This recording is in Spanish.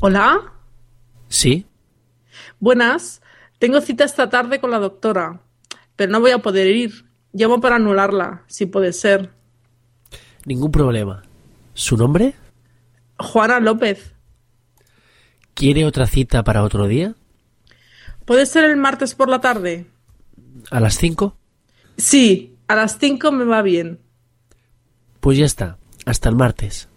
Hola, Sí, buenas. Tengo cita esta tarde con la doctora, pero no voy a poder ir. Llamo para anularla, si puede ser. ningún problema. ¿Su nombre? Juana López, ¿Quiere otra cita para otro día? ¿puede ser el martes por la tarde? ¿A las 5? Sí, a las 5 me va bien. Pues ya está. Hasta el martes.